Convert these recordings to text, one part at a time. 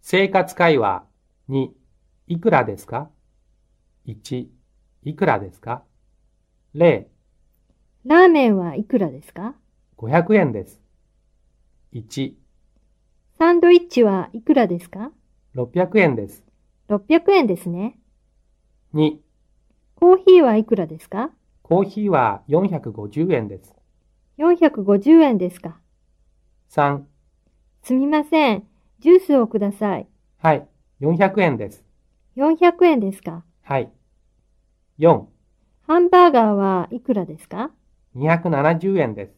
生活会話2、いくらですか ?1、いくらですか ?0、ラーメンはいくらですか500円です。1、サンドイッチはいくらですか600円です。 ?600 円ですね。 2、コーヒーはいくらですかコーヒーは450円です。 ?450 円ですか。 3、すみません。ジュースをください。はい、400円です。 400円ですか。はい。4、ハンバーガーはいくらですか270円です。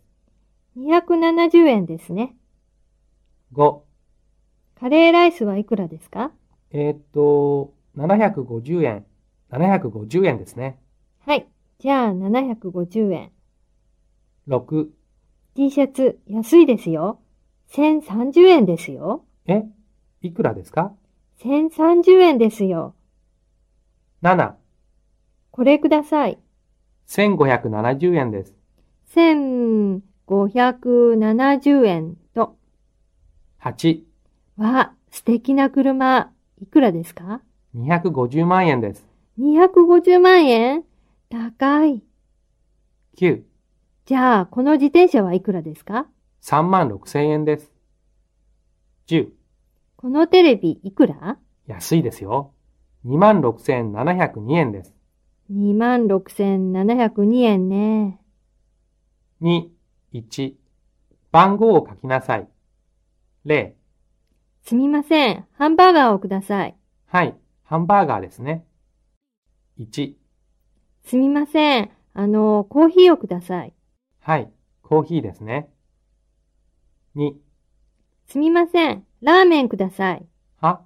?270 円ですね。 5、カレーライスはいくらですかえーっと、750円、750円ですね。はい。じゃあ750円。 6、 T シャツ安いですよ。1030円ですよ。え、いくらですか1030円ですよ。 ?7、これください。 1570円です。 1570円と。 8、わあ、素敵な車。いくらですか250万円です。 ?250 万円高い。 9、じゃあ、この自転車はいくらですか3万6千円です。10、このテレビいくら安いですよ。2万6千702円です。 ?26,702 円ね。 2、1、番号を書きなさい。0、すみません。ハンバーガーをください。はい、ハンバーガーですね。1、すみません。あの、コーヒーをください。はい、コーヒーですね。2、すみません。ラーメンください。は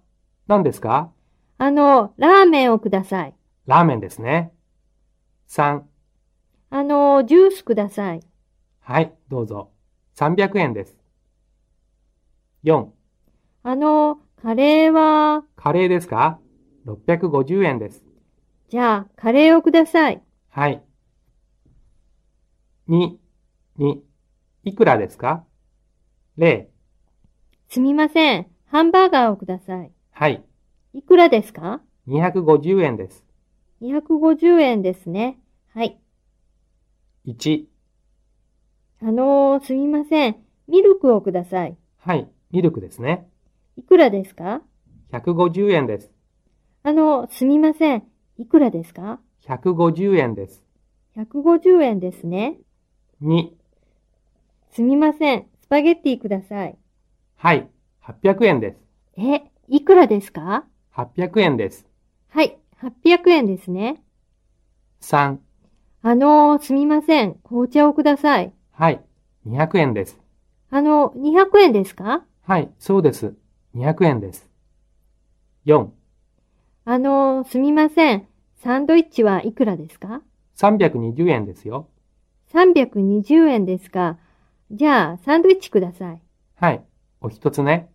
何ですかあの、ラーメンをください。ラーメンですね。3、あの、ジュースください。はい、どうぞ。300円です。4、あの、カレーは、カレーですか ?650 円です。じゃあ、カレーをください。はい。2、2、いくらですか ?0、すみません。ハンバーガーをください。はい、いくらですか250円です。 ?250 円ですね。はい。 1、あの、すみません。ミルクをください。はい、ミルクですね。いくらですか150円です。あの、すみません。いくらですか150円です。 ?150 円ですね。 2、すみません。スパゲッティください。はい、800円です。え、いくらですか800円です。はい。800円ですね。 3、あの、すみません。紅茶をください。はい、200円です。あの、200円ですかはい、そうです。200円です。4、あの、すみません。サンドイッチはいくらですか320円ですよ。 ?320 円ですか。じゃあ、サンドイッチください。はい、お一つね。